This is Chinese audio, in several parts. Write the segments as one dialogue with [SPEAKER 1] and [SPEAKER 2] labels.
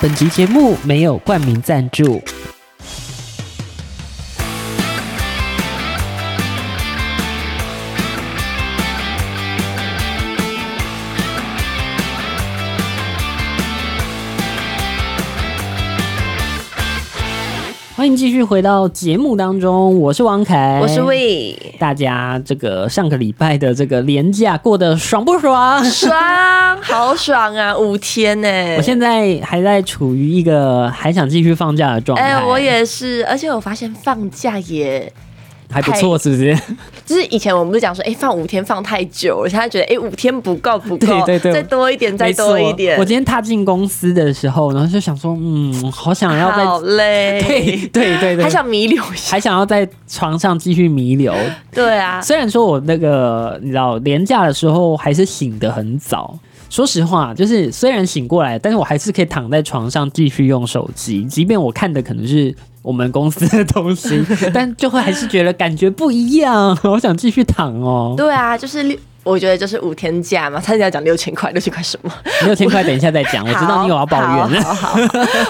[SPEAKER 1] 本集节目没有冠名赞助。欢迎继续回到节目当中，我是王凯，
[SPEAKER 2] 我是魏，
[SPEAKER 1] 大家这个上个礼拜的这个连假过得爽不爽？
[SPEAKER 2] 爽，好爽啊！五天呢、
[SPEAKER 1] 我现在还在处于一个还想继续放假的状态，
[SPEAKER 2] 哎、我也是，而且我发现放假也，
[SPEAKER 1] 还不错，是不是？
[SPEAKER 2] 就是以前我们不是讲说，哎、放五天放太久了，现在觉得，哎、五天不够，不够，
[SPEAKER 1] 对对对
[SPEAKER 2] 再多一点，再多一
[SPEAKER 1] 没
[SPEAKER 2] 点
[SPEAKER 1] 错我，今天踏进公司的时候，然后就想说，嗯，好想要
[SPEAKER 2] 好
[SPEAKER 1] 在对
[SPEAKER 2] 累，
[SPEAKER 1] 对对对，
[SPEAKER 2] 还想弥留一 下，
[SPEAKER 1] 还想要在床上继续弥留。
[SPEAKER 2] 对 啊，
[SPEAKER 1] 虽然说我那个你知道廉价的时候还是醒得很早。说实话，就是虽然醒过来，但是我还是可以躺在床上继续用手机，即便我看的可能是我们公司的东 西，但就会还是觉得感觉不一样，我想继续躺哦。
[SPEAKER 2] 对啊，就是六，我觉得就是五天假嘛，差点要讲六千块，六千块什么？
[SPEAKER 1] 六千块，等一下再讲，我哎知道你有要抱怨。
[SPEAKER 2] 好好好好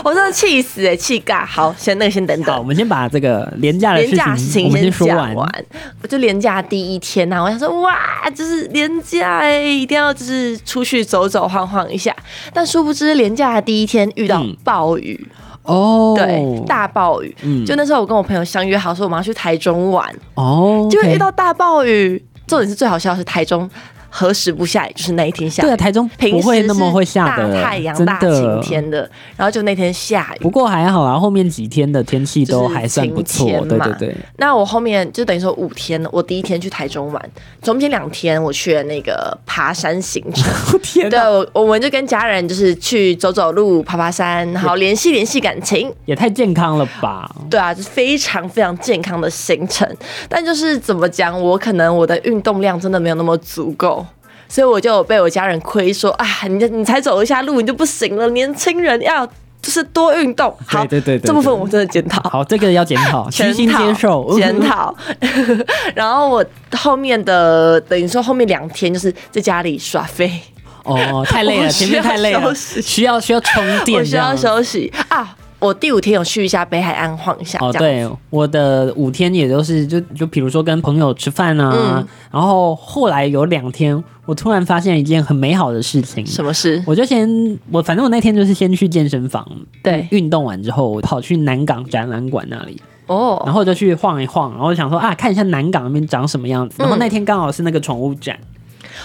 [SPEAKER 2] 我真的气死哎、气尬。好，先那个先等
[SPEAKER 1] 好，我
[SPEAKER 2] 等。
[SPEAKER 1] 们先把这个廉价的
[SPEAKER 2] 廉价
[SPEAKER 1] 事
[SPEAKER 2] 事
[SPEAKER 1] 情，
[SPEAKER 2] 情
[SPEAKER 1] 我们
[SPEAKER 2] 先
[SPEAKER 1] 说
[SPEAKER 2] 讲完，我就廉价第一天呐、啊，我想说哇，就是廉价哎、一定要就是出去走走晃晃一下。但殊不知廉价的第一天遇到
[SPEAKER 1] 嗯
[SPEAKER 2] 暴雨，
[SPEAKER 1] 哦。
[SPEAKER 2] 对，大暴雨。
[SPEAKER 1] 嗯
[SPEAKER 2] 就那时候我跟我朋友相约好说我们要去台中玩，
[SPEAKER 1] 哦，
[SPEAKER 2] 结果
[SPEAKER 1] OK
[SPEAKER 2] 遇到大暴雨。重点是最好笑的是台中何时不下雨，就是那一天下雨
[SPEAKER 1] 对啊，。台中
[SPEAKER 2] 平
[SPEAKER 1] 不
[SPEAKER 2] 时
[SPEAKER 1] 会那么会下
[SPEAKER 2] 是
[SPEAKER 1] 的，
[SPEAKER 2] 大太阳、
[SPEAKER 1] 真
[SPEAKER 2] 大晴
[SPEAKER 1] 的。
[SPEAKER 2] 天的，然后就那天下雨
[SPEAKER 1] 不。过还好啊，后面几天的天气都
[SPEAKER 2] 就是
[SPEAKER 1] 还算不错
[SPEAKER 2] 晴，天
[SPEAKER 1] 对
[SPEAKER 2] 嘛
[SPEAKER 1] 对对，
[SPEAKER 2] 那我后面就等于说五天，我第一天去台中玩，中间两天我去了那个爬山行 程。
[SPEAKER 1] 天
[SPEAKER 2] 对，
[SPEAKER 1] 哪，
[SPEAKER 2] 我我们就跟家人就是去走走路、爬爬山，然后联系联系感情。
[SPEAKER 1] 也太健康了吧！
[SPEAKER 2] 对啊，就是非常非常健康的行程。但就是怎么讲，我可能我的运动量真的没有那么足够。所以我就有被我家人亏说啊，你你才走一下路你就不行了，年轻人要就是多运动。好，
[SPEAKER 1] 对对对对
[SPEAKER 2] 这部分我真的检讨。
[SPEAKER 1] 好，这个要检 讨，虚
[SPEAKER 2] 全
[SPEAKER 1] 心接受，
[SPEAKER 2] 检。讨。 然后我后面的等于说后面两天就是在家里耍飞，
[SPEAKER 1] 哦，太累了，
[SPEAKER 2] 我
[SPEAKER 1] 前
[SPEAKER 2] 需
[SPEAKER 1] 面太累
[SPEAKER 2] 要
[SPEAKER 1] 了，
[SPEAKER 2] 休息
[SPEAKER 1] 需要需要充
[SPEAKER 2] 我
[SPEAKER 1] 电
[SPEAKER 2] 需
[SPEAKER 1] 这
[SPEAKER 2] 要
[SPEAKER 1] 样。
[SPEAKER 2] 休息啊。我第五天有去一下北海岸晃一下，
[SPEAKER 1] 哦，
[SPEAKER 2] 这样。
[SPEAKER 1] 对，我的五天也都是就就比如说跟朋友吃饭啊，
[SPEAKER 2] 嗯
[SPEAKER 1] 然后后来有两天，我突然发现一件很美好的事情，
[SPEAKER 2] 什么事？
[SPEAKER 1] 我就先我反正我那天就是先去健身房
[SPEAKER 2] 对
[SPEAKER 1] 运动完之后，我跑去南港展览馆那里，然
[SPEAKER 2] 哦，
[SPEAKER 1] 后我就去晃一晃，然后我想说啊，看一下南港那边长什么样
[SPEAKER 2] 嗯
[SPEAKER 1] 子。然后那天刚好是那个宠物展，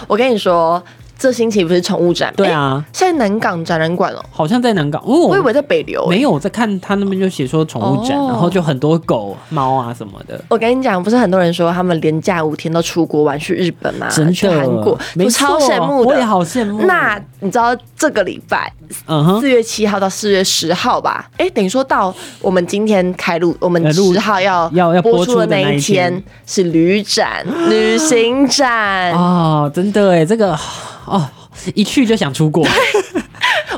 [SPEAKER 2] 我跟你说，这星期不是宠物展？
[SPEAKER 1] 对
[SPEAKER 2] 诶，
[SPEAKER 1] 啊，
[SPEAKER 2] 现在南港展览馆哦，
[SPEAKER 1] 好像在南港，
[SPEAKER 2] 我以
[SPEAKER 1] 哦，
[SPEAKER 2] 为在北流。欸
[SPEAKER 1] 没
[SPEAKER 2] 诶
[SPEAKER 1] 有我在看他那边就写说宠物展，
[SPEAKER 2] 哦
[SPEAKER 1] 然后就很多狗、猫啊什么的。
[SPEAKER 2] 我跟你讲，不是很多人说他们连假五天都出国玩，去日本嘛，
[SPEAKER 1] 真
[SPEAKER 2] 去
[SPEAKER 1] 的，
[SPEAKER 2] 啊韩国，
[SPEAKER 1] 没
[SPEAKER 2] 我
[SPEAKER 1] 错
[SPEAKER 2] 超羡慕
[SPEAKER 1] 我也
[SPEAKER 2] 的。
[SPEAKER 1] 好羡慕。
[SPEAKER 2] 那你知道这个礼拜
[SPEAKER 1] 嗯哼，
[SPEAKER 2] 四月七号到四月十号吧，哎、等于说到我们今天开录，我
[SPEAKER 1] 呃
[SPEAKER 2] 们
[SPEAKER 1] 录
[SPEAKER 2] 十号要
[SPEAKER 1] 要要播
[SPEAKER 2] 播
[SPEAKER 1] 出
[SPEAKER 2] 出
[SPEAKER 1] 的
[SPEAKER 2] 的
[SPEAKER 1] 那
[SPEAKER 2] 那
[SPEAKER 1] 一
[SPEAKER 2] 一
[SPEAKER 1] 天
[SPEAKER 2] 天是旅展、旅行展。
[SPEAKER 1] 哦，真的哎，这个哦，一去就想出国。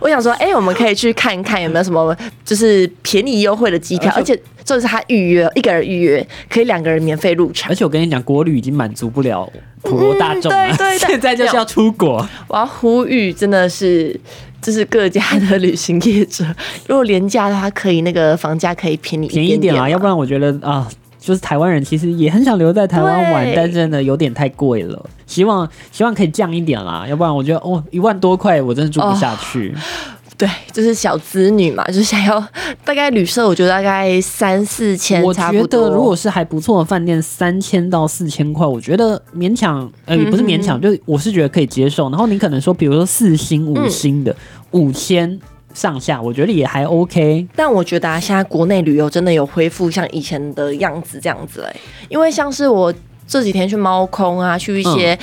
[SPEAKER 2] 我想说，哎、我们可以去看看有没有什么就是便宜优惠的机票，
[SPEAKER 1] 而
[SPEAKER 2] 而且重点是他预约一个人预约可以两个人免费入场
[SPEAKER 1] 而。且我跟你讲，国旅已经满足不了普罗大众了，
[SPEAKER 2] 嗯对 对对
[SPEAKER 1] 现在就是要出国。
[SPEAKER 2] 我要呼吁，真的是。就是各家的旅行业者，如果廉价的话，可以那个房价可以便宜
[SPEAKER 1] 便宜一
[SPEAKER 2] 一
[SPEAKER 1] 点啊
[SPEAKER 2] 点哦
[SPEAKER 1] 啦，要不然我觉得啊，就是台湾人其实也很想留在台湾玩，
[SPEAKER 2] 对
[SPEAKER 1] 但真的有点太贵了。希望希望可以降一点啦，要不然我觉得哦，一万多块我真的住不下去。
[SPEAKER 2] 对，就是小资女嘛，就是想要大概旅社，我觉得大概三四千
[SPEAKER 1] 我
[SPEAKER 2] 差
[SPEAKER 1] 觉
[SPEAKER 2] 不多。
[SPEAKER 1] 得如果是还不错的饭店，三千到四千块，我觉得勉强，呃，也不是勉强，
[SPEAKER 2] 嗯
[SPEAKER 1] 就是我是觉得可以接受。然后你可能说，比如说四星、五
[SPEAKER 2] 嗯
[SPEAKER 1] 星的五千上下，我觉得也还 OK。
[SPEAKER 2] 但我觉得啊，现在国内旅游真的有恢复像以前的样子这样子嘞、哎因为像是我这几天去猫空啊，去一些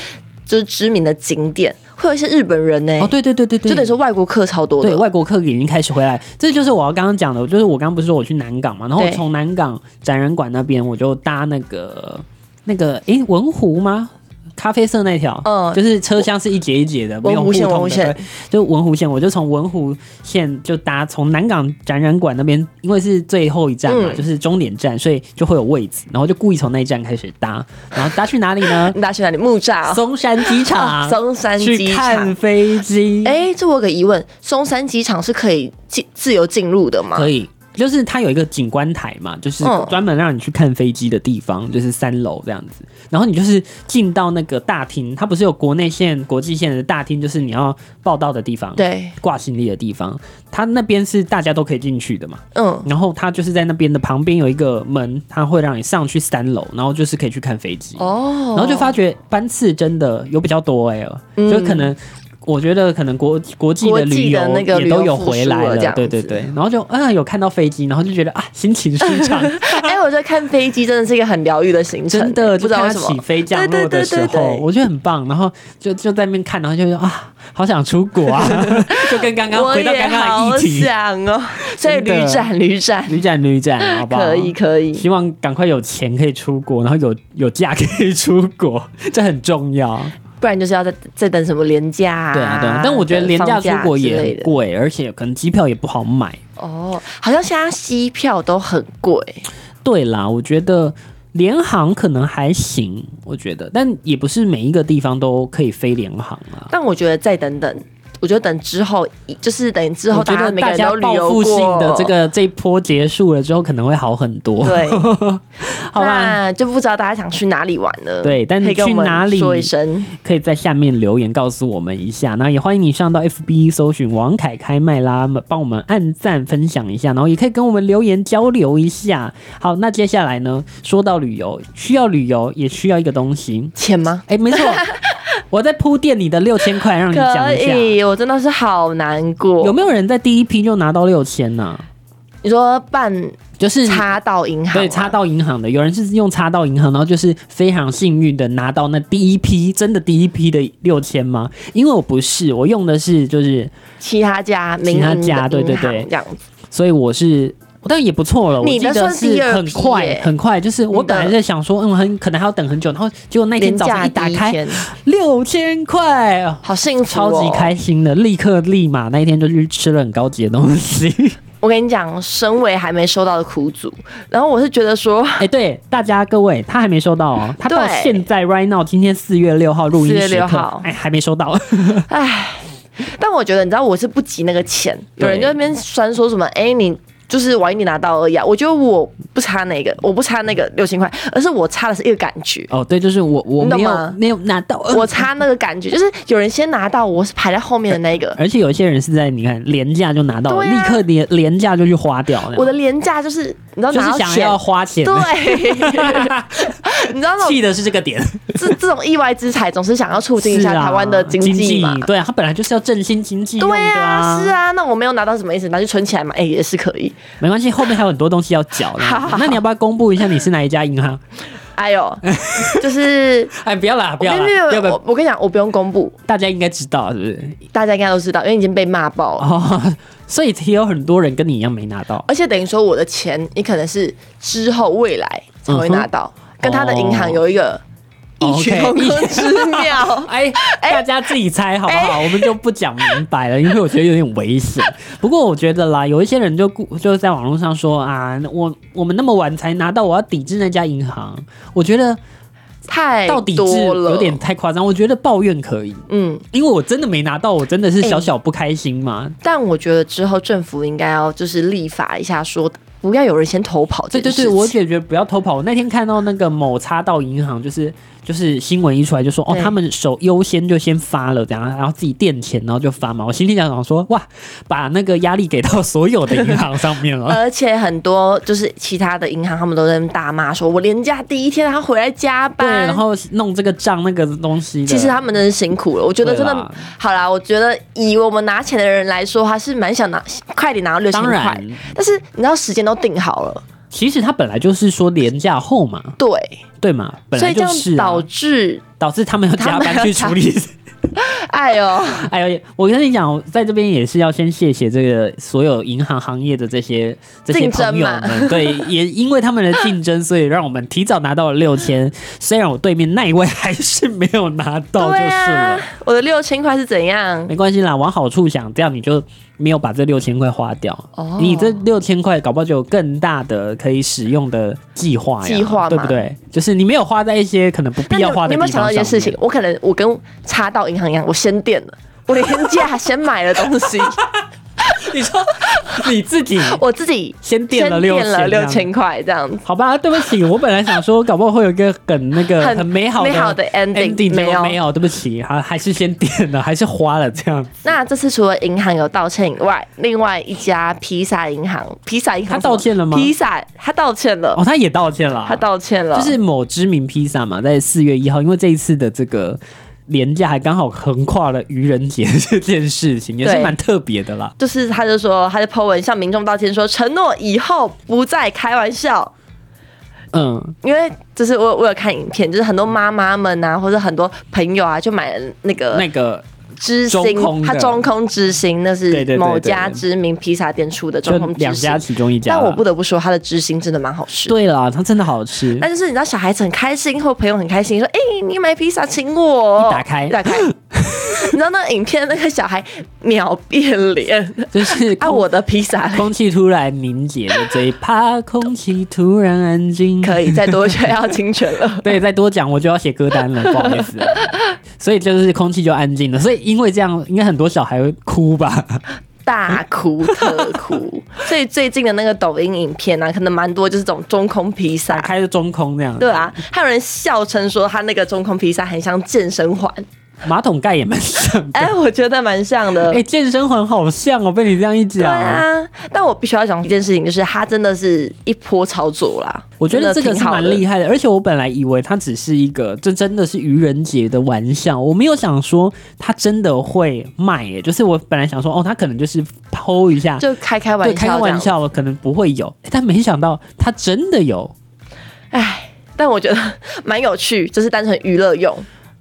[SPEAKER 2] 就是知名的景点，会有一些日本人呢、哎
[SPEAKER 1] 哦，对对对对对，
[SPEAKER 2] 就等于说外国客超多
[SPEAKER 1] 对，
[SPEAKER 2] 的。
[SPEAKER 1] 外国客已经开始回来，这就是我要刚刚讲的，就是我刚刚不是说我去南港嘛，然后我
[SPEAKER 2] 对
[SPEAKER 1] 从南港展览馆那边我就搭那个那个诶文湖吗？咖啡色那条，
[SPEAKER 2] 嗯
[SPEAKER 1] 就是车厢是一节一节的，没有
[SPEAKER 2] 文湖线
[SPEAKER 1] 互通的
[SPEAKER 2] 文湖线
[SPEAKER 1] 对就文湖线，我就从文湖线就搭从南港展览馆那边，因为是最后一站嘛，
[SPEAKER 2] 嗯？
[SPEAKER 1] 就是终点站，所以就会有位置，然后就故意从那一站开始搭，然后搭去哪里呢
[SPEAKER 2] 你打去哪里？木栅、哦
[SPEAKER 1] 松山机
[SPEAKER 2] 啊
[SPEAKER 1] 场，
[SPEAKER 2] 松山机
[SPEAKER 1] 去看
[SPEAKER 2] 场。
[SPEAKER 1] 飞机，
[SPEAKER 2] 哎、这我有个疑问，松山机场是可以进自由进入的吗？
[SPEAKER 1] 可以。就是它有一个景观台嘛，就是
[SPEAKER 2] 嗯
[SPEAKER 1] 专门让你去看飞机的地方，就是三楼这样子。然后你就是进到那个大厅，它不是有国内线、国际线的大厅，就是你要报到的地方，，
[SPEAKER 2] 对，
[SPEAKER 1] 挂行李的地方。它那边是大家都可以进去的嘛。
[SPEAKER 2] 嗯，
[SPEAKER 1] 然后它就是在那边的旁边有一个门，它会让你上去三楼，然后就是可以去看飞机。
[SPEAKER 2] 哦，
[SPEAKER 1] 然后就发觉班次真的有比较多哎、
[SPEAKER 2] 嗯
[SPEAKER 1] 就可能我觉得可能国国际的旅游
[SPEAKER 2] 国际的那个
[SPEAKER 1] 也都有
[SPEAKER 2] 旅游复苏
[SPEAKER 1] 回来
[SPEAKER 2] 了这样子
[SPEAKER 1] 对对对，然后就啊、有看到飞机，然后就觉得啊心情舒 畅，
[SPEAKER 2] 哎、我觉得看飞机真的是一个很疗愈的行程，
[SPEAKER 1] 真的
[SPEAKER 2] 不
[SPEAKER 1] 就
[SPEAKER 2] 知道
[SPEAKER 1] 看
[SPEAKER 2] 为
[SPEAKER 1] 它
[SPEAKER 2] 什
[SPEAKER 1] 起
[SPEAKER 2] 么。
[SPEAKER 1] 飞降
[SPEAKER 2] 对
[SPEAKER 1] 落
[SPEAKER 2] 对
[SPEAKER 1] 的
[SPEAKER 2] 对
[SPEAKER 1] 时
[SPEAKER 2] 对
[SPEAKER 1] 候，
[SPEAKER 2] 对
[SPEAKER 1] 我觉得很棒，然后就就在那边看，然后就说啊好想出国 啊，就跟刚刚
[SPEAKER 2] 我
[SPEAKER 1] 回到
[SPEAKER 2] 也
[SPEAKER 1] 刚刚
[SPEAKER 2] 好
[SPEAKER 1] 的议题，
[SPEAKER 2] 想 哦，所以
[SPEAKER 1] 真的
[SPEAKER 2] 旅展旅展
[SPEAKER 1] 旅展旅展好不好？
[SPEAKER 2] 可以。可以，
[SPEAKER 1] 希望赶快有钱可以出国，然后有有假可以出国，这很重要。
[SPEAKER 2] 不然就是要再再等什么廉价、啊
[SPEAKER 1] 对啊，对啊，但我觉得廉价
[SPEAKER 2] 放
[SPEAKER 1] 出
[SPEAKER 2] 假
[SPEAKER 1] 国
[SPEAKER 2] 之
[SPEAKER 1] 也
[SPEAKER 2] 类
[SPEAKER 1] 很
[SPEAKER 2] 的
[SPEAKER 1] 贵，而且可能机票也不好买。
[SPEAKER 2] 哦，好像现在机票都很贵，
[SPEAKER 1] 对啦，我觉得联航可能还行，我觉得，但也不是每一个地方都可以飞联航啊。
[SPEAKER 2] 但我觉得再等等，我觉得等之后，就是等之后
[SPEAKER 1] 我觉
[SPEAKER 2] 大家
[SPEAKER 1] 得
[SPEAKER 2] 每个
[SPEAKER 1] 大
[SPEAKER 2] 人
[SPEAKER 1] 家
[SPEAKER 2] 都旅
[SPEAKER 1] 报
[SPEAKER 2] 游
[SPEAKER 1] 复
[SPEAKER 2] 过
[SPEAKER 1] 性的这个这一波结束了之后，可能会好很多。
[SPEAKER 2] 对，
[SPEAKER 1] 好啦，
[SPEAKER 2] 那就不知道大家想去哪里玩了。
[SPEAKER 1] 对但
[SPEAKER 2] 可以跟
[SPEAKER 1] 去
[SPEAKER 2] 我们
[SPEAKER 1] 哪里
[SPEAKER 2] 说 一声。
[SPEAKER 1] 可以在下面留言告诉我们一下。那也欢迎你上到 FB 搜寻王凯开麦啦，帮我们按赞分享一下，然后也可以跟我们留言交流一下。好，那接下来呢，说到旅游，需要旅游也需要一个东西，
[SPEAKER 2] 钱吗？
[SPEAKER 1] 哎、没错，我在铺垫你的六千块，让你讲
[SPEAKER 2] 可
[SPEAKER 1] 一下。
[SPEAKER 2] 以，我真的是好难过。
[SPEAKER 1] 有没有人在第一批就拿到六千呢？
[SPEAKER 2] 你说办
[SPEAKER 1] 就是
[SPEAKER 2] 插到银行、啊
[SPEAKER 1] 对插，到银行的，有人是用插到银行，然后就是非常幸运的拿到那第一批，真的第一批的六千吗？因为我不是，我用的是就是，
[SPEAKER 2] 其他家、民
[SPEAKER 1] 其他
[SPEAKER 2] 营的
[SPEAKER 1] 家对对
[SPEAKER 2] 银行
[SPEAKER 1] 对
[SPEAKER 2] 这样子。
[SPEAKER 1] 所以我是。但也不错了，我
[SPEAKER 2] 你
[SPEAKER 1] 记
[SPEAKER 2] 的
[SPEAKER 1] 得
[SPEAKER 2] 算第
[SPEAKER 1] 是
[SPEAKER 2] 二
[SPEAKER 1] 很
[SPEAKER 2] 批
[SPEAKER 1] 快，
[SPEAKER 2] 耶
[SPEAKER 1] 很快。就是我
[SPEAKER 2] 你
[SPEAKER 1] 本
[SPEAKER 2] 的
[SPEAKER 1] 来在想说，嗯，很可能还要等很久，然后结果那天
[SPEAKER 2] 廉
[SPEAKER 1] 早上
[SPEAKER 2] 价
[SPEAKER 1] 一打
[SPEAKER 2] 第一
[SPEAKER 1] 开，
[SPEAKER 2] 天
[SPEAKER 1] 六千块，哦
[SPEAKER 2] 好幸福、
[SPEAKER 1] 超级。开心的，立刻立马那一天就去吃了很高级的东西。
[SPEAKER 2] 我跟你讲，身为还没收到的苦主，然后我是觉得说，
[SPEAKER 1] 哎、对大家各位，他还没收到哦，他到
[SPEAKER 2] 对
[SPEAKER 1] 现在 right now 今天四月六号录音
[SPEAKER 2] 4月
[SPEAKER 1] 时
[SPEAKER 2] 6
[SPEAKER 1] 刻
[SPEAKER 2] 号
[SPEAKER 1] 哎、还没收到。
[SPEAKER 2] 唉，但我觉得你知道我是不急那个钱，有
[SPEAKER 1] 对
[SPEAKER 2] 人就在那边酸说什么，哎、你。就是晚一点拿到而已啊！我觉得我不差那个，我不差那个六千块，而是我差的是一个感觉，
[SPEAKER 1] 哦，对，就是我我
[SPEAKER 2] 你懂
[SPEAKER 1] 没有
[SPEAKER 2] 吗
[SPEAKER 1] 没有拿到，
[SPEAKER 2] 我差那个感觉，就是有人先拿到，我是排在后面的那 一个。
[SPEAKER 1] 而且有一些人是在你看廉价就拿到了，
[SPEAKER 2] 对啊
[SPEAKER 1] 立刻廉廉价就去花掉了。
[SPEAKER 2] 我的廉价就是你知道
[SPEAKER 1] 就是
[SPEAKER 2] 拿到
[SPEAKER 1] 想
[SPEAKER 2] 钱
[SPEAKER 1] 要，花钱，
[SPEAKER 2] 对， 你知道那种
[SPEAKER 1] 气的是这个 点，
[SPEAKER 2] 这这种意外之财，总是想要促进一下
[SPEAKER 1] 是啊
[SPEAKER 2] 台湾的经济嘛。
[SPEAKER 1] 对啊，他本来就是要振兴经济用的
[SPEAKER 2] 对啊，是
[SPEAKER 1] 啊，
[SPEAKER 2] 啊，那我没有拿到什么意思，拿去存起来嘛，哎、也是可 以。
[SPEAKER 1] 没关系，后面还有很多东西要缴的。
[SPEAKER 2] 好好好
[SPEAKER 1] 那你要不要公布一下你是哪一家银行？
[SPEAKER 2] 哎呦，就是
[SPEAKER 1] 哎，不要啦，不
[SPEAKER 2] 我
[SPEAKER 1] 要
[SPEAKER 2] 跟
[SPEAKER 1] 啦，
[SPEAKER 2] 没
[SPEAKER 1] 要不
[SPEAKER 2] 有，
[SPEAKER 1] 要？
[SPEAKER 2] 我我跟你讲，我不用公布，
[SPEAKER 1] 大家应该知道是不是？
[SPEAKER 2] 大家应该都知道，因为已经被骂爆了。
[SPEAKER 1] 哦，所以也有很多人跟你一样没拿到。
[SPEAKER 2] 而且等于说我的钱，你可能是之后未来才会拿到，跟他的银行有一个
[SPEAKER 1] 嗯哦
[SPEAKER 2] 异曲
[SPEAKER 1] OK，
[SPEAKER 2] 同工之妙。
[SPEAKER 1] 哎，
[SPEAKER 2] 哎
[SPEAKER 1] 大家自己猜好不好？我们就不讲明白了，因为我觉得有点危险。不过我觉得啦，有一些人就故就是在网络上说啊，我我们那么晚才拿到，我要抵制那家银行。我觉得
[SPEAKER 2] 太
[SPEAKER 1] 到抵制
[SPEAKER 2] 哎多了，
[SPEAKER 1] 有点太夸张。我觉得抱怨可以，
[SPEAKER 2] 嗯。
[SPEAKER 1] 因为我真的没拿到，我真的是
[SPEAKER 2] 哎
[SPEAKER 1] 小小不开心嘛。
[SPEAKER 2] 但我觉得之后政府应该要就是立法一下说。不要有人先偷跑这
[SPEAKER 1] 对
[SPEAKER 2] 件
[SPEAKER 1] 对
[SPEAKER 2] 事
[SPEAKER 1] 对，
[SPEAKER 2] 情。
[SPEAKER 1] 我解决不要偷跑。我那天看到那个某插到银行，就是就是新闻一出来就说，哦，
[SPEAKER 2] 对
[SPEAKER 1] 他们首优先就先发了，然后然后自己垫钱，然后就发嘛。我心里想想说，哇，把那个压力给到所有的银行上面 了。
[SPEAKER 2] 而且很多就是其他的银行，他们都在那边大骂说，我连假第一天还要回来加
[SPEAKER 1] 对，
[SPEAKER 2] 班，
[SPEAKER 1] 然后弄这个账那个东西的。
[SPEAKER 2] 其实他们真的辛苦了，我觉得真
[SPEAKER 1] 对啦
[SPEAKER 2] 的好啦。我觉得以我们拿钱的人来说，还是蛮想拿快点拿到六千
[SPEAKER 1] 当
[SPEAKER 2] 块
[SPEAKER 1] 然，，
[SPEAKER 2] 但是你知道时间都定好了，
[SPEAKER 1] 其实他本来就是说廉价后嘛，
[SPEAKER 2] 对，
[SPEAKER 1] 对嘛，本
[SPEAKER 2] 所
[SPEAKER 1] 来
[SPEAKER 2] 以这
[SPEAKER 1] 就
[SPEAKER 2] 样
[SPEAKER 1] 是、啊、
[SPEAKER 2] 导致
[SPEAKER 1] 导致他们要加
[SPEAKER 2] 他们
[SPEAKER 1] 班
[SPEAKER 2] 要
[SPEAKER 1] 去
[SPEAKER 2] 加
[SPEAKER 1] 处理
[SPEAKER 2] 哎呦，
[SPEAKER 1] 哎呦，我跟你讲，我在这边也是要先谢谢这个所有银行行业的这些这些
[SPEAKER 2] 竞争
[SPEAKER 1] 朋友
[SPEAKER 2] 嘛
[SPEAKER 1] 们， 对，也因为他们的竞争，所以让我们提早拿到了六千。虽然我对面那一位还是没有拿到，就
[SPEAKER 2] 对
[SPEAKER 1] 是了。
[SPEAKER 2] 啊，我的六千块是怎样？
[SPEAKER 1] 没关系啦，往好处想，这样你就没有把这六千块花掉。
[SPEAKER 2] 哦
[SPEAKER 1] 你这六千块搞不好就有更大的可以使用的计划呀，
[SPEAKER 2] 计划嘛
[SPEAKER 1] 对不对？就是你没有花在一些可能不
[SPEAKER 2] 那
[SPEAKER 1] 必要花的
[SPEAKER 2] 你有你
[SPEAKER 1] 地
[SPEAKER 2] 有没
[SPEAKER 1] 方上
[SPEAKER 2] 有想到一
[SPEAKER 1] 面。
[SPEAKER 2] 件事情？我可能我跟插到银行一样，我先垫了，我廉价先买了东 西，
[SPEAKER 1] 你说你自己
[SPEAKER 2] 我自己
[SPEAKER 1] 先垫了
[SPEAKER 2] 先
[SPEAKER 1] 六
[SPEAKER 2] 垫了
[SPEAKER 1] 千，
[SPEAKER 2] 六千块这样子。
[SPEAKER 1] 好吧，对不起，我本来想说，搞不好会有一个很那个
[SPEAKER 2] 很
[SPEAKER 1] 很美好的
[SPEAKER 2] 美好的 ending，
[SPEAKER 1] 结
[SPEAKER 2] 没
[SPEAKER 1] 果
[SPEAKER 2] 有
[SPEAKER 1] 没有，对不起，还还是先点了，还是花了这样。
[SPEAKER 2] 那这次除了银行有道歉以外，另外一家披萨银行，披萨银行
[SPEAKER 1] 他道歉了吗
[SPEAKER 2] 披萨他道歉了，
[SPEAKER 1] 哦，他也道歉了，
[SPEAKER 2] 他道歉了，
[SPEAKER 1] 就是某知名披萨嘛，在四月一号，因为这一次的这个廉价还刚好横跨了愚人节这件事情，也是
[SPEAKER 2] 对
[SPEAKER 1] 蛮特别的 啦。
[SPEAKER 2] 就是他就说他就 po 文向民众道歉说，承诺以后不再开玩笑。
[SPEAKER 1] 嗯，
[SPEAKER 2] 哦因为就是我我有看影片，就是很多妈妈们啊，或者很多朋友啊，就买了那个
[SPEAKER 1] 那个
[SPEAKER 2] 知
[SPEAKER 1] 中
[SPEAKER 2] 心，
[SPEAKER 1] 空的
[SPEAKER 2] 它中空知心，那
[SPEAKER 1] 对对对对
[SPEAKER 2] 是某家知名披萨店出的
[SPEAKER 1] 就
[SPEAKER 2] 中空
[SPEAKER 1] 两
[SPEAKER 2] 知心
[SPEAKER 1] 家。其中一家啦，
[SPEAKER 2] 但我不得不说，它的知心真的蛮好吃的。
[SPEAKER 1] 对啦，它真的好吃。
[SPEAKER 2] 但就是你知道，小孩子很开心，或朋友很开心，说：“哎、你买披萨请我。”
[SPEAKER 1] 一打开
[SPEAKER 2] 一打开， 你知道那个影片那个小孩秒变脸，
[SPEAKER 1] 就是
[SPEAKER 2] 啊，
[SPEAKER 1] 空
[SPEAKER 2] 我的披萨嘞
[SPEAKER 1] 空气突然凝结的这一趴，空气突然安静。。
[SPEAKER 2] 可以再多就要侵权了
[SPEAKER 1] 对，再多讲我就要写歌单了，不好意思。所以就是空气就安静了，所以因为这样，应该很多小孩会哭吧？
[SPEAKER 2] 大哭特哭。所以最近的那个抖音影片啊，可能蛮多就是这种中空披萨
[SPEAKER 1] 打。开就中空这样，
[SPEAKER 2] 对啊，还有人笑称说他那个中空披萨很像健身环，
[SPEAKER 1] 马桶盖也蛮像 的。
[SPEAKER 2] 哎、我觉得蛮像的。
[SPEAKER 1] 哎、健身环好像哦，被你这样一
[SPEAKER 2] 对
[SPEAKER 1] 讲，
[SPEAKER 2] 啊，但我必须要讲一件事情，就是他真的是一波操作啦。
[SPEAKER 1] 我觉得这
[SPEAKER 2] 真的
[SPEAKER 1] 个
[SPEAKER 2] 挺
[SPEAKER 1] 是
[SPEAKER 2] 好
[SPEAKER 1] 蛮
[SPEAKER 2] 的
[SPEAKER 1] 厉害的。而且我本来以为它只是一个，这真的是愚人节的玩笑，我没有想说它真的会卖耶。就是我本来想说，哦，它可能就是剖一下，
[SPEAKER 2] 就开开玩
[SPEAKER 1] 对，
[SPEAKER 2] 笑，
[SPEAKER 1] 开个玩。笑，可能不会有，哎但没想到它真的有。
[SPEAKER 2] 哎，但我觉得 蛮有趣，就是单纯娱乐用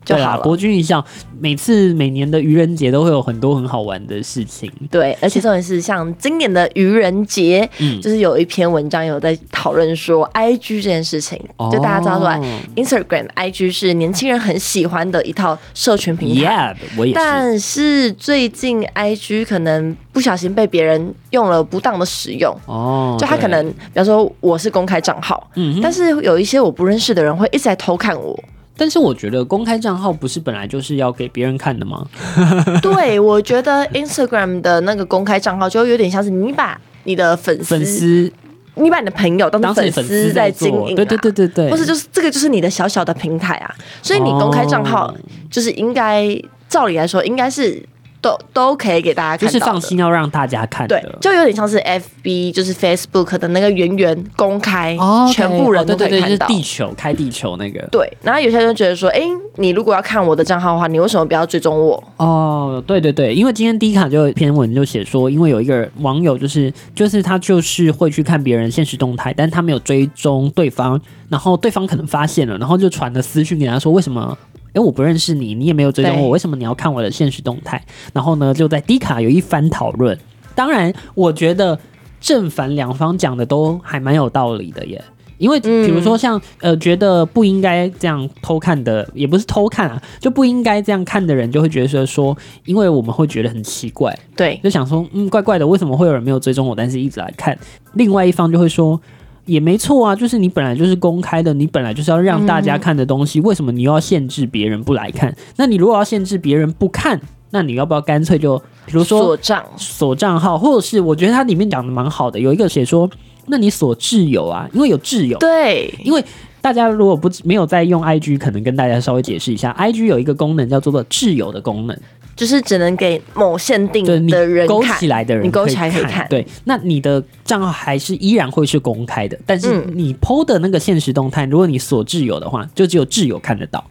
[SPEAKER 2] 就
[SPEAKER 1] 对啊啦
[SPEAKER 2] 好，了。
[SPEAKER 1] 博君一笑，每次每年的愚人节都会有很多很好玩的事情。
[SPEAKER 2] 对，而且重点是像今年的愚人节，
[SPEAKER 1] 嗯
[SPEAKER 2] 就是有一篇文章有在讨论说 IG 这件事情，
[SPEAKER 1] 哦
[SPEAKER 2] 就大家知道说哎 Instagram、IG 是年轻人很喜欢的一套社群平台。
[SPEAKER 1] Yeah，我也是。
[SPEAKER 2] 嗯但是最近 IG 可能不小心被别人用了不当的使用，
[SPEAKER 1] 哦，
[SPEAKER 2] 就他
[SPEAKER 1] 对
[SPEAKER 2] 可能，比方说我是公开账号，
[SPEAKER 1] 嗯哼
[SPEAKER 2] 但是有一些我不认识的人会一直在偷看我，
[SPEAKER 1] 但是我觉得公开账号不是本来就是要给别人看的吗？
[SPEAKER 2] 对，我觉得 Instagram 的那个公开账号就有点像是你把你的粉丝，
[SPEAKER 1] 粉丝
[SPEAKER 2] 你把你的朋友当
[SPEAKER 1] 当
[SPEAKER 2] 成
[SPEAKER 1] 成粉
[SPEAKER 2] 粉丝
[SPEAKER 1] 丝在
[SPEAKER 2] 在经
[SPEAKER 1] 做
[SPEAKER 2] 营、啊，
[SPEAKER 1] 对对对对对，
[SPEAKER 2] 或是就是这个就是你的小小的平台啊，所以你公开账号
[SPEAKER 1] 哦
[SPEAKER 2] 就是应该、照理来说应该是都都可以给大家
[SPEAKER 1] 就
[SPEAKER 2] 看
[SPEAKER 1] 是
[SPEAKER 2] 到
[SPEAKER 1] 放
[SPEAKER 2] 的。
[SPEAKER 1] 心要让大家看的
[SPEAKER 2] 对，就有点像是 F B，就是 Facebook 的那个圆圆公开，
[SPEAKER 1] 哦，
[SPEAKER 2] 全部人
[SPEAKER 1] 对
[SPEAKER 2] 都可
[SPEAKER 1] 对对，
[SPEAKER 2] 以
[SPEAKER 1] 就
[SPEAKER 2] 看
[SPEAKER 1] 是
[SPEAKER 2] 到。
[SPEAKER 1] 地球开地球那个
[SPEAKER 2] 对，然后有些人就觉得说，哎、你如果要看我的账号的话，你为什么不要追踪我？
[SPEAKER 1] 哦，对对对，因为今天第一卡就有一篇文就写说，因为有一个网友就是就是他就是会去看别人现实动态，但他没有追踪对方，然后对方可能发现了，然后就传了私讯给他说为什么。哎，我不认识你，你也没有追踪我，
[SPEAKER 2] 对
[SPEAKER 1] 为什么你要看我的现实动态？然后呢，就在 D 卡有一番讨论。当然，我觉得正反两方讲的都还蛮有道理的耶。因为比如说像、呃，觉得不应该这样偷看的，也不是偷看啊，就不应该这样看的人，就会觉得说说，因为我们会觉得很奇怪，
[SPEAKER 2] 对，
[SPEAKER 1] 就想说，嗯，怪怪的，为什么会有人没有追踪我，但是一直来看？另外一方就会说。也没错啊，就是你本来就是公开的，你本来就是要让大家看的东西，为什么你又要限制别人不来看？那你如果要限制别人不看，那你要不要干脆就，比如说
[SPEAKER 2] 锁账，
[SPEAKER 1] 锁账号，或者是我觉得它里面讲的蛮好的，有一个写说，那你锁挚友啊，因为有挚友，
[SPEAKER 2] 对，
[SPEAKER 1] 因为大家如果不没有在用 IG，可能跟大家稍微解释一下，IG 有一个功能叫做挚友的功能，
[SPEAKER 2] 就是只能给某限定
[SPEAKER 1] 对你
[SPEAKER 2] 的人
[SPEAKER 1] 勾
[SPEAKER 2] 看
[SPEAKER 1] 起。来的人
[SPEAKER 2] 你勾
[SPEAKER 1] 可以
[SPEAKER 2] 起来可以看
[SPEAKER 1] 对，那你的账号还是依然会是公开的，但是
[SPEAKER 2] 嗯
[SPEAKER 1] 你 PO 的那个现实动态，如果你锁挚友的话，就只有挚友看得到。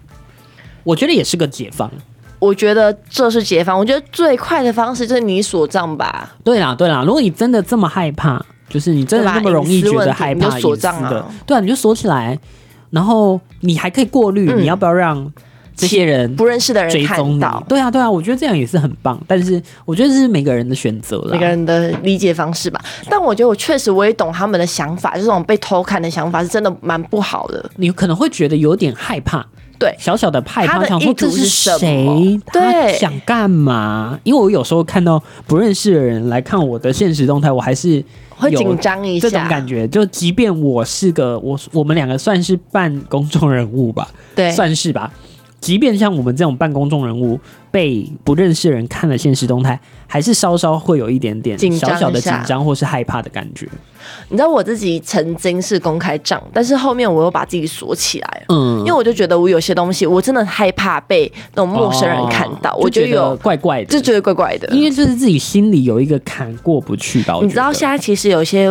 [SPEAKER 1] 我觉得也是个解放。
[SPEAKER 2] 我觉得这是解放，我觉得最快的方式就是你锁账吧。
[SPEAKER 1] 对啦，对啦，如果你真的这么害怕，就是你真的
[SPEAKER 2] 对吧
[SPEAKER 1] 那么容易
[SPEAKER 2] 隐私
[SPEAKER 1] 觉
[SPEAKER 2] 问
[SPEAKER 1] 得
[SPEAKER 2] 题
[SPEAKER 1] 害
[SPEAKER 2] 你就
[SPEAKER 1] 怕隐
[SPEAKER 2] 锁
[SPEAKER 1] 私
[SPEAKER 2] 账啊
[SPEAKER 1] 的，对啊，你就锁起来，然后你还可以过滤，
[SPEAKER 2] 嗯
[SPEAKER 1] 你要不要让这些人
[SPEAKER 2] 不认识的人
[SPEAKER 1] 追踪
[SPEAKER 2] 看
[SPEAKER 1] 你
[SPEAKER 2] 到。，
[SPEAKER 1] 对啊，对啊，我觉得这样也是很棒。但是我觉得这是每个人的选择啦。
[SPEAKER 2] 每个人的理解方式吧，但我觉得我确实我也懂他们的想法，就这种被偷看的想法是真的蛮不好的。
[SPEAKER 1] 你可能会觉得有点害怕，
[SPEAKER 2] 对
[SPEAKER 1] 小小的害
[SPEAKER 2] 他
[SPEAKER 1] 怕，
[SPEAKER 2] 的
[SPEAKER 1] 想说
[SPEAKER 2] 意图
[SPEAKER 1] 这
[SPEAKER 2] 是什么
[SPEAKER 1] 谁，他
[SPEAKER 2] 对
[SPEAKER 1] 想干嘛？因为我有时候看到不认识的人来看我的现实动态，我还是
[SPEAKER 2] 会
[SPEAKER 1] 有
[SPEAKER 2] 紧张一下
[SPEAKER 1] 这种感觉。就即便我是个我，我们两个算是半公众人物吧，
[SPEAKER 2] 对，
[SPEAKER 1] 算是吧。即便像我们这种半公众人物，被不认识的人看了现实动态，还是稍稍会有一点点
[SPEAKER 2] 紧张
[SPEAKER 1] 小小的
[SPEAKER 2] 一
[SPEAKER 1] 紧
[SPEAKER 2] 下
[SPEAKER 1] 张或是害怕的感觉。
[SPEAKER 2] 你知道我自己曾经是公开账，但是后面我又把自己锁起来了。
[SPEAKER 1] 嗯，
[SPEAKER 2] 因为我就觉得我有些东西，我真的害怕被那种陌生人看到，
[SPEAKER 1] 哦
[SPEAKER 2] 我
[SPEAKER 1] 就觉得
[SPEAKER 2] 有
[SPEAKER 1] 怪怪的，
[SPEAKER 2] 就觉得怪怪的。
[SPEAKER 1] 因为就是自己心里有一个坎过不去吧。我
[SPEAKER 2] 你知道
[SPEAKER 1] 觉得
[SPEAKER 2] 现在其实有一些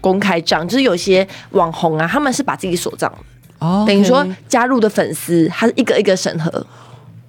[SPEAKER 2] 公开账，就是有些网红啊，他们是把自己锁账的，
[SPEAKER 1] 哦
[SPEAKER 2] 等于说
[SPEAKER 1] OK
[SPEAKER 2] 加入的粉丝，他是一个一个审核，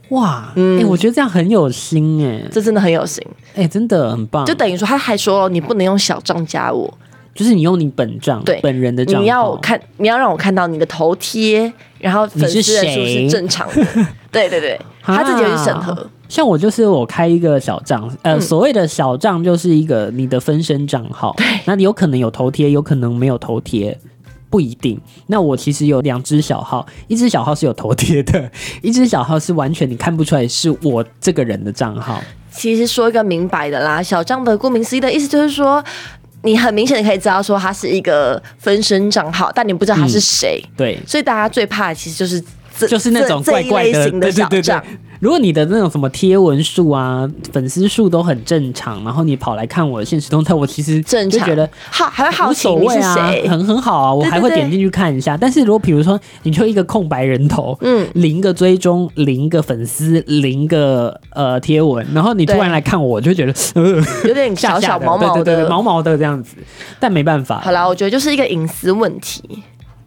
[SPEAKER 1] 哇，哎、
[SPEAKER 2] 嗯
[SPEAKER 1] 我觉得这样很有心哎、
[SPEAKER 2] 这真的很有型。
[SPEAKER 1] 哎、真的很棒。
[SPEAKER 2] 就等于说他还说你不能用小账加我，
[SPEAKER 1] 就是你用你本账，
[SPEAKER 2] 对
[SPEAKER 1] 本人的账号，
[SPEAKER 2] 你要看你要让我看到你的头贴，然后粉丝人数
[SPEAKER 1] 你是谁
[SPEAKER 2] 是正常 的。对对对，
[SPEAKER 1] 啊
[SPEAKER 2] 他自己有去审核。
[SPEAKER 1] 像我就是我开一个小账，呃，
[SPEAKER 2] 嗯
[SPEAKER 1] 所谓的小账就是一个你的分身账号，那你有可能有头贴，有可能没有头贴。不一定。那我其实有两只小号，一只小号是有头贴的，一只小号是完全你看不出来是我这个人的账号。
[SPEAKER 2] 其实说一个明白的啦，小账的顾名思义的意思就是说。你很明显的可以知道说他是一个分身账号，但你不知道他
[SPEAKER 1] 嗯
[SPEAKER 2] 是谁，
[SPEAKER 1] 对，
[SPEAKER 2] 所以大家最怕的其实就是这
[SPEAKER 1] 就是那种
[SPEAKER 2] 这
[SPEAKER 1] 怪怪
[SPEAKER 2] 这一类
[SPEAKER 1] 的，
[SPEAKER 2] 型的
[SPEAKER 1] 对对
[SPEAKER 2] 小
[SPEAKER 1] 对对
[SPEAKER 2] 账。。
[SPEAKER 1] 如果你的那种什么贴文数啊、粉丝数都很正常，然后你跑来看我的现实动态，我其实
[SPEAKER 2] 正
[SPEAKER 1] 就
[SPEAKER 2] 常
[SPEAKER 1] 觉得
[SPEAKER 2] 好还会好
[SPEAKER 1] 无
[SPEAKER 2] 奇
[SPEAKER 1] 所
[SPEAKER 2] 你
[SPEAKER 1] 谓
[SPEAKER 2] 是
[SPEAKER 1] 啊，
[SPEAKER 2] 谁，
[SPEAKER 1] 很很好啊，我
[SPEAKER 2] 对对
[SPEAKER 1] 还会
[SPEAKER 2] 对
[SPEAKER 1] 点进去看一下。但是如果比如说你就一个空白人头，嗯，零个追踪，零个粉丝，零个呃贴文，然后你突
[SPEAKER 2] 对
[SPEAKER 1] 然来看我，我就觉得呃
[SPEAKER 2] 有点
[SPEAKER 1] 吓
[SPEAKER 2] 小
[SPEAKER 1] 吓
[SPEAKER 2] 小
[SPEAKER 1] 的
[SPEAKER 2] 毛毛
[SPEAKER 1] 对
[SPEAKER 2] 的。
[SPEAKER 1] 对对对毛毛的这样子，但没办法
[SPEAKER 2] 好，啦，我觉得就是一个隐私问题。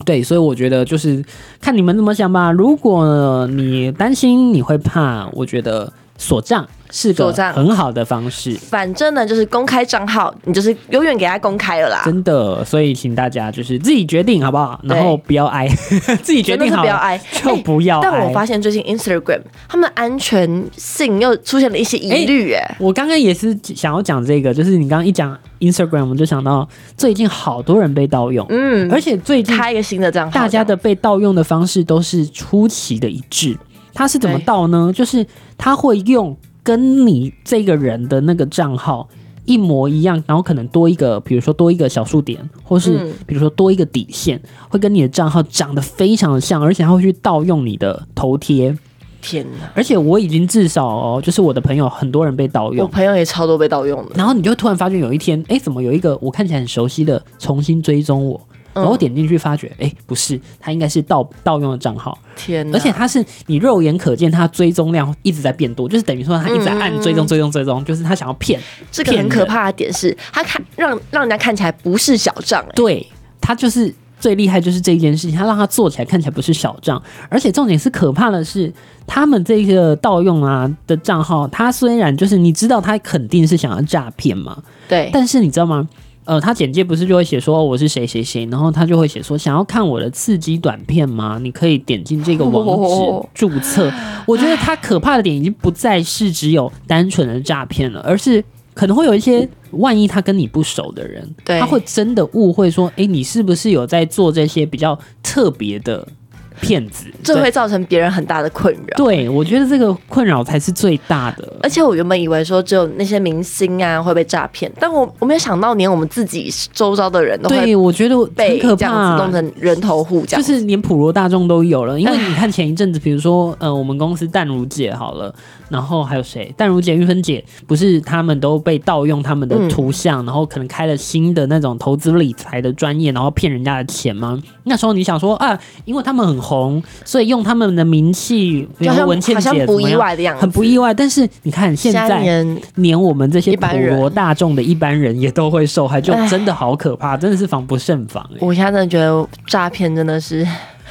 [SPEAKER 1] 对，所以我觉得就是看你们怎么想吧。如果你担心，你会怕，我觉得锁账是个
[SPEAKER 2] 锁账
[SPEAKER 1] 很好的方式，
[SPEAKER 2] 反正呢，就是公开账号，你就是永远给他公开了啦。
[SPEAKER 1] 真的。所以请大家就是自己决定好不好，
[SPEAKER 2] 对
[SPEAKER 1] 然后不要挨， 自己决
[SPEAKER 2] 真的
[SPEAKER 1] 定
[SPEAKER 2] 是
[SPEAKER 1] 好
[SPEAKER 2] 不要挨，
[SPEAKER 1] 就不要挨。
[SPEAKER 2] 但我发现最近 Instagram 他们的安全性又出现了一些疑虑，哎、
[SPEAKER 1] 我刚刚也是想要讲这个，就是你刚刚一讲 Instagram，我就想到最近好多人被盗用，
[SPEAKER 2] 嗯，
[SPEAKER 1] 而且最近
[SPEAKER 2] 开一个新的账号，
[SPEAKER 1] 大家的被盗用的方式都是出奇的一致。他是怎么
[SPEAKER 2] 对
[SPEAKER 1] 盗呢？就是他会用跟你这个人的那个账号一模一样，然后可能多一个，比如说多一个小数点，或是
[SPEAKER 2] 嗯
[SPEAKER 1] 比如说多一个底线，会跟你的账号长得非常的像，而且他会去盗用你的头贴。
[SPEAKER 2] 天哪，
[SPEAKER 1] 而且我已经至少哦，就是我的朋友很多人被盗
[SPEAKER 2] 我
[SPEAKER 1] 用。
[SPEAKER 2] 朋友也超多被盗用的，
[SPEAKER 1] 然后你就突然发觉有一天，哎，怎么有一个我看起来很熟悉的重新追踪我？然后我点进去发觉，哎、不是，他应该是盗盗用的账号，
[SPEAKER 2] 天哪，
[SPEAKER 1] 而且他是你肉眼可见，他追踪量一直在变多，就是等于说他一直在按追踪、追踪、追踪，就是他想要骗，
[SPEAKER 2] 这个
[SPEAKER 1] 骗
[SPEAKER 2] 很可
[SPEAKER 1] 人
[SPEAKER 2] 怕的点是，他看让让人家看起来不是小账、哎，
[SPEAKER 1] 对他就是最厉害就是这一件事情，他让他做起来看起来不是小账，而且重点是可怕的是，他们这个盗用啊的账号，他虽然就是你知道他肯定是想要诈骗嘛，
[SPEAKER 2] 对，
[SPEAKER 1] 但是你知道吗？呃，他简介不是就会写说、哦我是谁谁谁，然后他就会写说想要看我的刺激短片吗？你可以点进这个网址
[SPEAKER 2] 哦
[SPEAKER 1] 注 册。我觉得他可怕的点已经不再是只有单纯的诈骗了，而是可能会有一些万一他跟你不熟的人，
[SPEAKER 2] 对
[SPEAKER 1] 他会真的误会说，诶，你是不是有在做这些比较特别的骗子？
[SPEAKER 2] 这
[SPEAKER 1] 对
[SPEAKER 2] 会造成别人很大的困扰。
[SPEAKER 1] 对我觉得这个困扰才是最大的。
[SPEAKER 2] 而且我原本以为说只有那些明星啊会被诈骗，但我我没有想到连我们自己周遭的人都会
[SPEAKER 1] 对，我觉得很
[SPEAKER 2] 被
[SPEAKER 1] 可
[SPEAKER 2] 这
[SPEAKER 1] 怕、
[SPEAKER 2] 样子弄成人头户这
[SPEAKER 1] 就
[SPEAKER 2] 样。哎
[SPEAKER 1] 是连普罗大众都有了，因为你看前一阵子，比如说，呃，我们公司淡如姐好了，然后还有谁？淡如姐、玉芬姐，不是他们都被盗用他们的图
[SPEAKER 2] 嗯
[SPEAKER 1] 像，然后可能开了新的那种投资理财的专业，然后骗人家的钱吗？那时候你想说啊，因为他们很红，所以用他们的名气，比如
[SPEAKER 2] 好
[SPEAKER 1] 说
[SPEAKER 2] 像
[SPEAKER 1] 文倩
[SPEAKER 2] 好像
[SPEAKER 1] 姐
[SPEAKER 2] 不
[SPEAKER 1] 怎么
[SPEAKER 2] 意
[SPEAKER 1] 样，
[SPEAKER 2] 外的样子，
[SPEAKER 1] 很不意外。但是你看现
[SPEAKER 2] 现在
[SPEAKER 1] 在。
[SPEAKER 2] 连
[SPEAKER 1] 连我们这些
[SPEAKER 2] 一
[SPEAKER 1] 普
[SPEAKER 2] 般人哎
[SPEAKER 1] 罗大众的一般人也都会受害，就
[SPEAKER 2] 唉
[SPEAKER 1] 真的好可怕，真的是防不胜防、欸。
[SPEAKER 2] 我现在真的觉得诈骗真的是，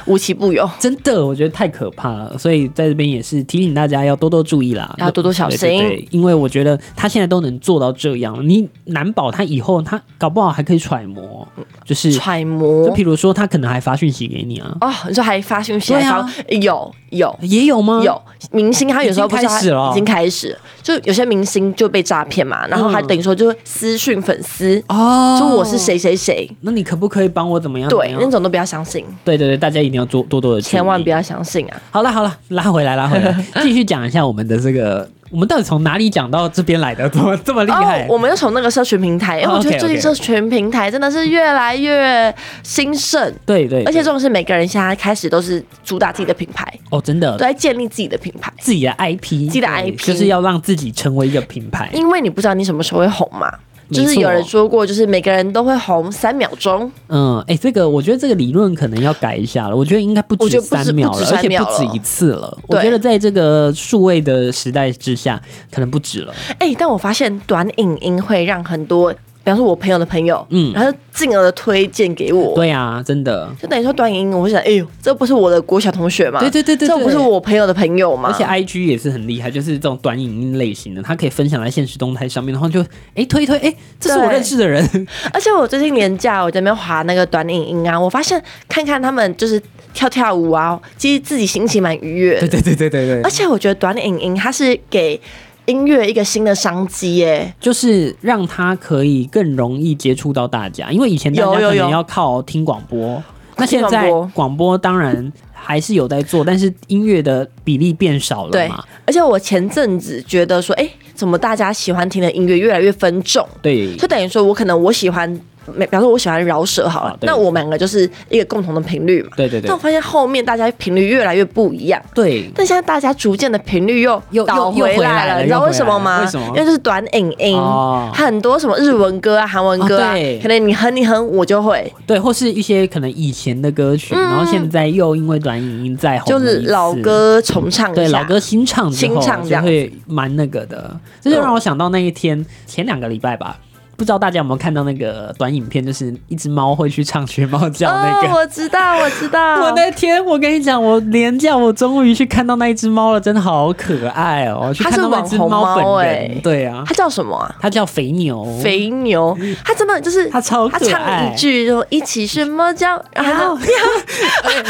[SPEAKER 2] 无奇不有，
[SPEAKER 1] 真的，我觉得太可怕了，所以在这边也是提醒大家要多多注意啦，
[SPEAKER 2] 要多多小心
[SPEAKER 1] 对对对因为我觉得他现在都能做到这样，你难保他以后他搞不好还可以揣摩，就是
[SPEAKER 2] 揣
[SPEAKER 1] 就
[SPEAKER 2] 摩
[SPEAKER 1] 譬如说他可能还发讯息给你啊，
[SPEAKER 2] 哦，你说还发讯息，
[SPEAKER 1] 对
[SPEAKER 2] 还
[SPEAKER 1] 啊
[SPEAKER 2] 发有有
[SPEAKER 1] 也有吗？，
[SPEAKER 2] 有明星，他有时候不知道
[SPEAKER 1] 嗯已经开始了
[SPEAKER 2] 已经开始，就有些明星就被诈骗嘛，然后还
[SPEAKER 1] 嗯
[SPEAKER 2] 等于说就私讯粉丝，
[SPEAKER 1] 哦，
[SPEAKER 2] 说我是，谁谁谁，
[SPEAKER 1] 那你可不可以帮我怎么样？
[SPEAKER 2] 对
[SPEAKER 1] 怎，么
[SPEAKER 2] 那
[SPEAKER 1] 样
[SPEAKER 2] 种都不要相信，
[SPEAKER 1] 对对对，大家一定要多多多的
[SPEAKER 2] 千万不
[SPEAKER 1] 要。
[SPEAKER 2] 要相信啊！
[SPEAKER 1] 好了好了，拉回来拉回 来，继续讲一下我们的这个，我们到底从哪里讲到这边来的？怎么这么厉害？
[SPEAKER 2] 哦我们又从那个社群平台，因为
[SPEAKER 1] 哦
[SPEAKER 2] 我觉得
[SPEAKER 1] OK，OK
[SPEAKER 2] 最近社群平台真的是越来越兴盛，
[SPEAKER 1] 对对，对
[SPEAKER 2] 而且重点是每个人现在开始都是主打自己的品牌，
[SPEAKER 1] 哦，真的
[SPEAKER 2] 都，在建立自己的品牌，
[SPEAKER 1] 自己的 IP，自
[SPEAKER 2] 己的 IP
[SPEAKER 1] 就是要让自己成为一个品牌。
[SPEAKER 2] 因为你不知道你什么时候会红嘛。
[SPEAKER 1] 没错
[SPEAKER 2] 就是有人说过，就是每个人都会红三秒钟，
[SPEAKER 1] 嗯，哎、这个我觉得这个理论可能要改一下了。我觉得应该不
[SPEAKER 2] 我觉
[SPEAKER 1] 止
[SPEAKER 2] 得不止
[SPEAKER 1] 三秒了，
[SPEAKER 2] 不止
[SPEAKER 1] 而
[SPEAKER 2] 三
[SPEAKER 1] 且
[SPEAKER 2] 秒
[SPEAKER 1] 不
[SPEAKER 2] 了
[SPEAKER 1] 止一次了。我
[SPEAKER 2] 对
[SPEAKER 1] 觉得在这个数位的时代之下，可能不止了。
[SPEAKER 2] 哎、但我发现短影音会让很多，比方说我朋友的朋友，
[SPEAKER 1] 嗯
[SPEAKER 2] 嗯，然后进而的推荐给我，
[SPEAKER 1] 对啊，真的，
[SPEAKER 2] 就等于说短影音，我会想，哎呦，这不是我的国小同学吗？
[SPEAKER 1] 对对对对对
[SPEAKER 2] 这不是我朋友的朋友吗？
[SPEAKER 1] 而且 I G 也是很厉害，就是这种短影音类型的，它可以分享在现实动态上面，然后就哎、诶推一推，哎、这是我
[SPEAKER 2] 对
[SPEAKER 1] 认识的人，
[SPEAKER 2] 而且我最近年假，我在那边滑那个短影音啊，我发现看看他们就是跳跳舞啊，其实自己心情蛮愉悦
[SPEAKER 1] 对
[SPEAKER 2] 的。
[SPEAKER 1] 对对对对
[SPEAKER 2] 而
[SPEAKER 1] 对，
[SPEAKER 2] 且我觉得短影音它是给音乐一个新的商机耶、
[SPEAKER 1] 就是让它可以更容易接触到大家，因为以前大家
[SPEAKER 2] 有有
[SPEAKER 1] 可
[SPEAKER 2] 有
[SPEAKER 1] 能要靠听广播，那现
[SPEAKER 2] 听
[SPEAKER 1] 在
[SPEAKER 2] 广播
[SPEAKER 1] 广播当然还是有在做，但是音乐的比例变少了
[SPEAKER 2] 对
[SPEAKER 1] 嘛，，
[SPEAKER 2] 而且我前阵子觉得说，哎、怎么大家喜欢听的音乐越来越分众？
[SPEAKER 1] 对
[SPEAKER 2] 就等于说我可能我喜欢，比方说我喜欢饶舌好了，
[SPEAKER 1] 啊对
[SPEAKER 2] 那我们两个就是一个共同的频率嘛。
[SPEAKER 1] 对对
[SPEAKER 2] 但我
[SPEAKER 1] 对
[SPEAKER 2] 发现后面大家频率越来越不一样，
[SPEAKER 1] 对，
[SPEAKER 2] 但现在大家逐渐的频率又
[SPEAKER 1] 又
[SPEAKER 2] 倒
[SPEAKER 1] 又又
[SPEAKER 2] 回
[SPEAKER 1] 回来
[SPEAKER 2] 了，
[SPEAKER 1] 了
[SPEAKER 2] 你知道
[SPEAKER 1] 又回
[SPEAKER 2] 为什么
[SPEAKER 1] 来
[SPEAKER 2] 吗？
[SPEAKER 1] 了为什么
[SPEAKER 2] 因为就是短影音，
[SPEAKER 1] 哦
[SPEAKER 2] 很多什么日文歌啊、韩文歌啊，
[SPEAKER 1] 哦对
[SPEAKER 2] 可能你哼一哼我就会，
[SPEAKER 1] 对，或是一些可能以前的歌曲，然后现在又因为短影音再红，
[SPEAKER 2] 就是老。歌重唱一下。哦
[SPEAKER 1] 对老歌新唱之后
[SPEAKER 2] 新唱这
[SPEAKER 1] 就
[SPEAKER 2] 样
[SPEAKER 1] 会蛮那个的，这就让我想到那一天前两个礼拜吧，不知道大家有没有看到那个短影片，就是一只猫会去唱学猫叫那个。
[SPEAKER 2] 哦，我知道，我知道。
[SPEAKER 1] 我那天我跟你讲，我廉价，我终于去看到那一只猫了，真的好可爱哦！去
[SPEAKER 2] 它是
[SPEAKER 1] 看到那只
[SPEAKER 2] 网红猫
[SPEAKER 1] 猫本人，
[SPEAKER 2] 哎
[SPEAKER 1] 对啊，
[SPEAKER 2] 它叫什么啊？
[SPEAKER 1] 它叫肥牛，
[SPEAKER 2] 肥牛，它真的就是
[SPEAKER 1] 它哦超可
[SPEAKER 2] 它
[SPEAKER 1] 爱
[SPEAKER 2] 唱一句就一起学猫叫，然后它就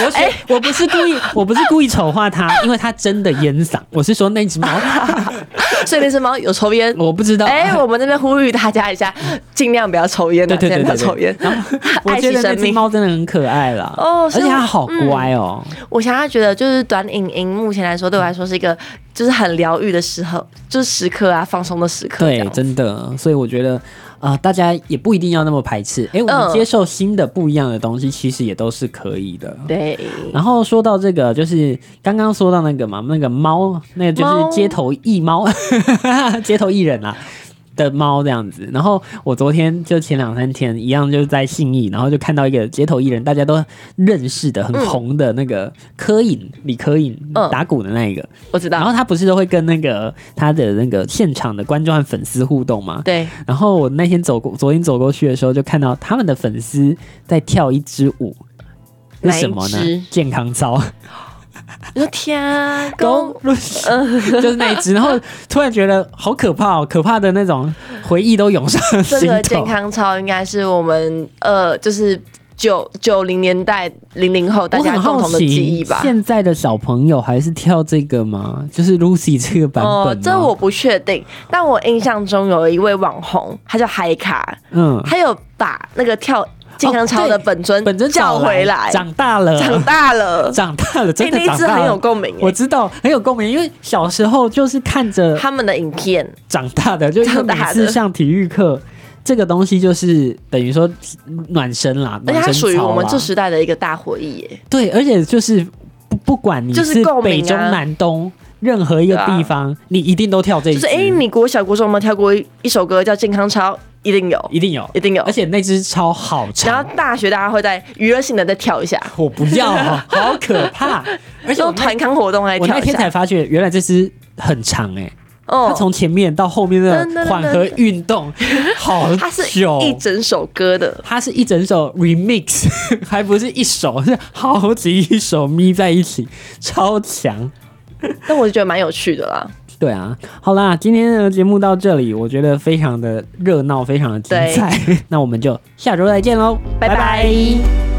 [SPEAKER 1] 我是、我不是 故意，我不是故意丑化它，因为它真的烟嗓。我是说那 只猫，
[SPEAKER 2] 所以那只猫有抽 烟。
[SPEAKER 1] 我不知道。
[SPEAKER 2] 哎、我们这边呼吁大家一下，尽量不要抽烟、啊，
[SPEAKER 1] 对对对
[SPEAKER 2] 尽
[SPEAKER 1] 对
[SPEAKER 2] 量
[SPEAKER 1] 对
[SPEAKER 2] 不要抽烟。
[SPEAKER 1] 然 后我
[SPEAKER 2] 爱
[SPEAKER 1] 觉
[SPEAKER 2] 惜
[SPEAKER 1] 得那
[SPEAKER 2] 生
[SPEAKER 1] 只
[SPEAKER 2] 命。
[SPEAKER 1] 猫真的很可爱啦，
[SPEAKER 2] 哦
[SPEAKER 1] 而
[SPEAKER 2] 是
[SPEAKER 1] 且它好
[SPEAKER 2] 嗯
[SPEAKER 1] 乖哦。
[SPEAKER 2] 我想要觉得就是短影音，目前来说对我来说是一个就是很疗愈的时候，就是时刻啊，放松的时刻这
[SPEAKER 1] 对，
[SPEAKER 2] 样子。
[SPEAKER 1] 真的，所以我觉得啊、呃大家也不一定要那么排斥。哎、我们
[SPEAKER 2] 嗯
[SPEAKER 1] 接受新的不一样的东西，其实也都是可以的。
[SPEAKER 2] 对，
[SPEAKER 1] 然后说到这个，就是刚刚说到那个嘛，那个猫，那个就是
[SPEAKER 2] 猫
[SPEAKER 1] 街头艺猫， 街头艺人啊的猫这样子。然后我昨天就前两三天一样，就是在信义，然后就看到一个街头艺人，大家都认识的很红的那个柯颖，李柯颖
[SPEAKER 2] 嗯
[SPEAKER 1] 打鼓的那一个。
[SPEAKER 2] 我知
[SPEAKER 1] 然
[SPEAKER 2] 道。
[SPEAKER 1] 后他不是都会跟那个他的那个现场的观众和粉丝互动吗？
[SPEAKER 2] 对，
[SPEAKER 1] 然后我那天走过，昨天走过去的时候，就看到他们的粉丝在跳一支舞，是
[SPEAKER 2] 哪一
[SPEAKER 1] 什么呢
[SPEAKER 2] 支？
[SPEAKER 1] 健康操，
[SPEAKER 2] 你说天啊
[SPEAKER 1] 公
[SPEAKER 2] 公，
[SPEAKER 1] 路，就是那一支。然后突然觉得好可怕哦，可怕的那种回忆都涌上
[SPEAKER 2] 这
[SPEAKER 1] 心
[SPEAKER 2] 个健
[SPEAKER 1] 头。
[SPEAKER 2] 康操应该是我们呃，就是九九零年代、零零后大
[SPEAKER 1] 我
[SPEAKER 2] 家
[SPEAKER 1] 很
[SPEAKER 2] 共
[SPEAKER 1] 好
[SPEAKER 2] 同的
[SPEAKER 1] 奇，
[SPEAKER 2] 记忆吧。
[SPEAKER 1] 现在的小朋友还是跳这个吗？就是 Lucy 这个版本吗、
[SPEAKER 2] 哦，这我不确定，但我印象中有一位网红，他叫海卡，
[SPEAKER 1] 嗯，
[SPEAKER 2] 他有把那个跳健康操
[SPEAKER 1] 哦
[SPEAKER 2] 的
[SPEAKER 1] 对
[SPEAKER 2] 本尊
[SPEAKER 1] 本尊找
[SPEAKER 2] 叫回来，
[SPEAKER 1] 长大了，
[SPEAKER 2] 长大了。
[SPEAKER 1] 长大了，
[SPEAKER 2] 哎
[SPEAKER 1] 真的
[SPEAKER 2] 那一
[SPEAKER 1] 长
[SPEAKER 2] 支
[SPEAKER 1] 大
[SPEAKER 2] 很有
[SPEAKER 1] 了。
[SPEAKER 2] 共鸣、欸，
[SPEAKER 1] 我知道很有共鸣，因为小时候就是看着
[SPEAKER 2] 哎他们的影片，
[SPEAKER 1] 长大的，就因为
[SPEAKER 2] 长
[SPEAKER 1] 每
[SPEAKER 2] 大的
[SPEAKER 1] 次上体育课，这个东西就是等于说暖身啦，
[SPEAKER 2] 而且它
[SPEAKER 1] 暖身
[SPEAKER 2] 属于
[SPEAKER 1] 操啊
[SPEAKER 2] 我们
[SPEAKER 1] 啦
[SPEAKER 2] 这时代的一个大回忆耶。
[SPEAKER 1] 对，而且就是不不管你
[SPEAKER 2] 就是
[SPEAKER 1] 是
[SPEAKER 2] 共鸣啊啊
[SPEAKER 1] 北中南东、任何一个地方，你一定都跳这一
[SPEAKER 2] 就
[SPEAKER 1] 支，
[SPEAKER 2] 是哎、诶你国小国中有没有跳过一一首歌叫《健康操》？一定有，
[SPEAKER 1] 一定有，
[SPEAKER 2] 一定有
[SPEAKER 1] 而。且那支超好
[SPEAKER 2] 然
[SPEAKER 1] 长，
[SPEAKER 2] 后大学大家会在娱乐性的再跳一下，
[SPEAKER 1] 我不要、 啊，好可怕！而且我
[SPEAKER 2] 用
[SPEAKER 1] 那
[SPEAKER 2] 团康活动来
[SPEAKER 1] 我
[SPEAKER 2] 跳
[SPEAKER 1] 那
[SPEAKER 2] 一
[SPEAKER 1] 天
[SPEAKER 2] 下
[SPEAKER 1] 才。发觉，原来这支很长哎、他
[SPEAKER 2] 哦，
[SPEAKER 1] 从前面到后面那种缓和运动，好
[SPEAKER 2] 它是
[SPEAKER 1] 久，
[SPEAKER 2] 一整首歌的，
[SPEAKER 1] 它是一整首 remix，还 不是一首，是好几首咪在一起，超强。
[SPEAKER 2] 但我就觉得蛮有趣的啦。
[SPEAKER 1] 对啊，好啦，今天的节目到这里，我觉得非 常的热闹，非常的精彩。那我们就下周再见喽，
[SPEAKER 2] 拜拜
[SPEAKER 1] 拜